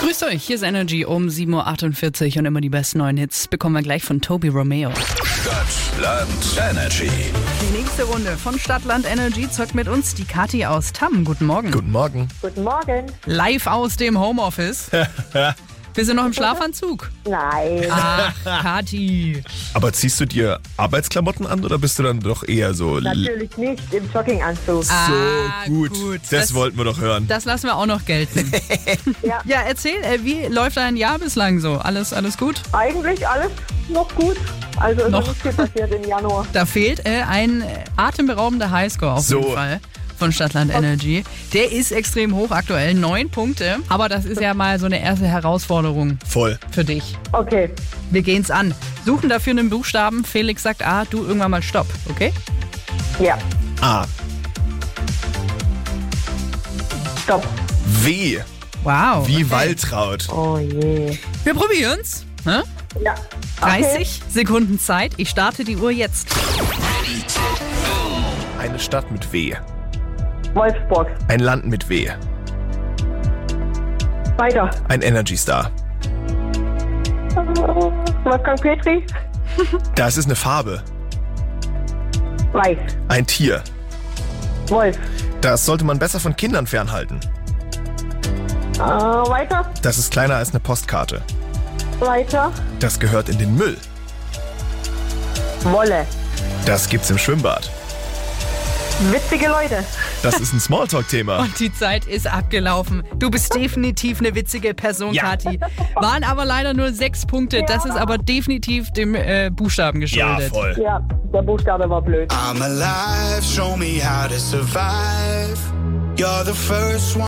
Grüßt euch, hier ist Energy um 7.48 Uhr und immer die besten neuen Hits bekommen wir gleich von Toby Romeo. Stadtland Energy. Die nächste Runde von Stadtland Energy zockt mit uns die Kathi aus Tamm. Guten Morgen. Guten Morgen. Guten Morgen. Live aus dem Homeoffice. Bist du noch im Schlafanzug? Nein. Ach, Ah. Kathi. Aber ziehst du dir Arbeitsklamotten an oder bist du dann doch eher so? l- Natürlich nicht im Jogginganzug. Ah, so gut. gut. Das, Das- wollten wir doch hören. Das lassen wir auch noch gelten. Ja. ja, erzähl, äh, wie läuft dein Jahr bislang so? Alles, alles gut? Eigentlich alles noch gut. Also ist Noch. noch nicht viel passiert im Januar. Da fehlt äh, ein äh, atemberaubender Highscore auf So. jeden Fall von Stadtland Energy. Der ist extrem hoch aktuell, neun Punkte. Aber das ist ja mal so eine erste Herausforderung Voll. für dich. Okay. Wir gehen's an. Suchen dafür einen Buchstaben. Felix sagt A, du irgendwann mal Stopp, okay? Ja. A. Stopp. W. Wow. Wie Waltraud. Oh je. Wir probieren's. Ne? Ja. 30 Sekunden Zeit. Ich starte die Uhr jetzt. Eine Stadt mit W. Okay. Wolfsburg. Ein Land mit W. Weiter. Ein Energy Star. Wolfgang Petri. Das ist eine Farbe. Weiß. Ein Tier. Wolf. Das sollte man besser von Kindern fernhalten. Äh, weiter. Das ist kleiner als eine Postkarte. Weiter. Das gehört in den Müll. Wolle. Das gibt's im Schwimmbad. Witzige Leute. Das ist ein Smalltalk-Thema. Und die Zeit ist abgelaufen. Du bist definitiv eine witzige Person, Ja. Kathi. Waren aber leider nur sechs Punkte. Das ist aber definitiv dem äh, Buchstaben Ja, geschuldet. voll. Ja, der Buchstabe war blöd. I'm alive, show me how to survive. You're the first one.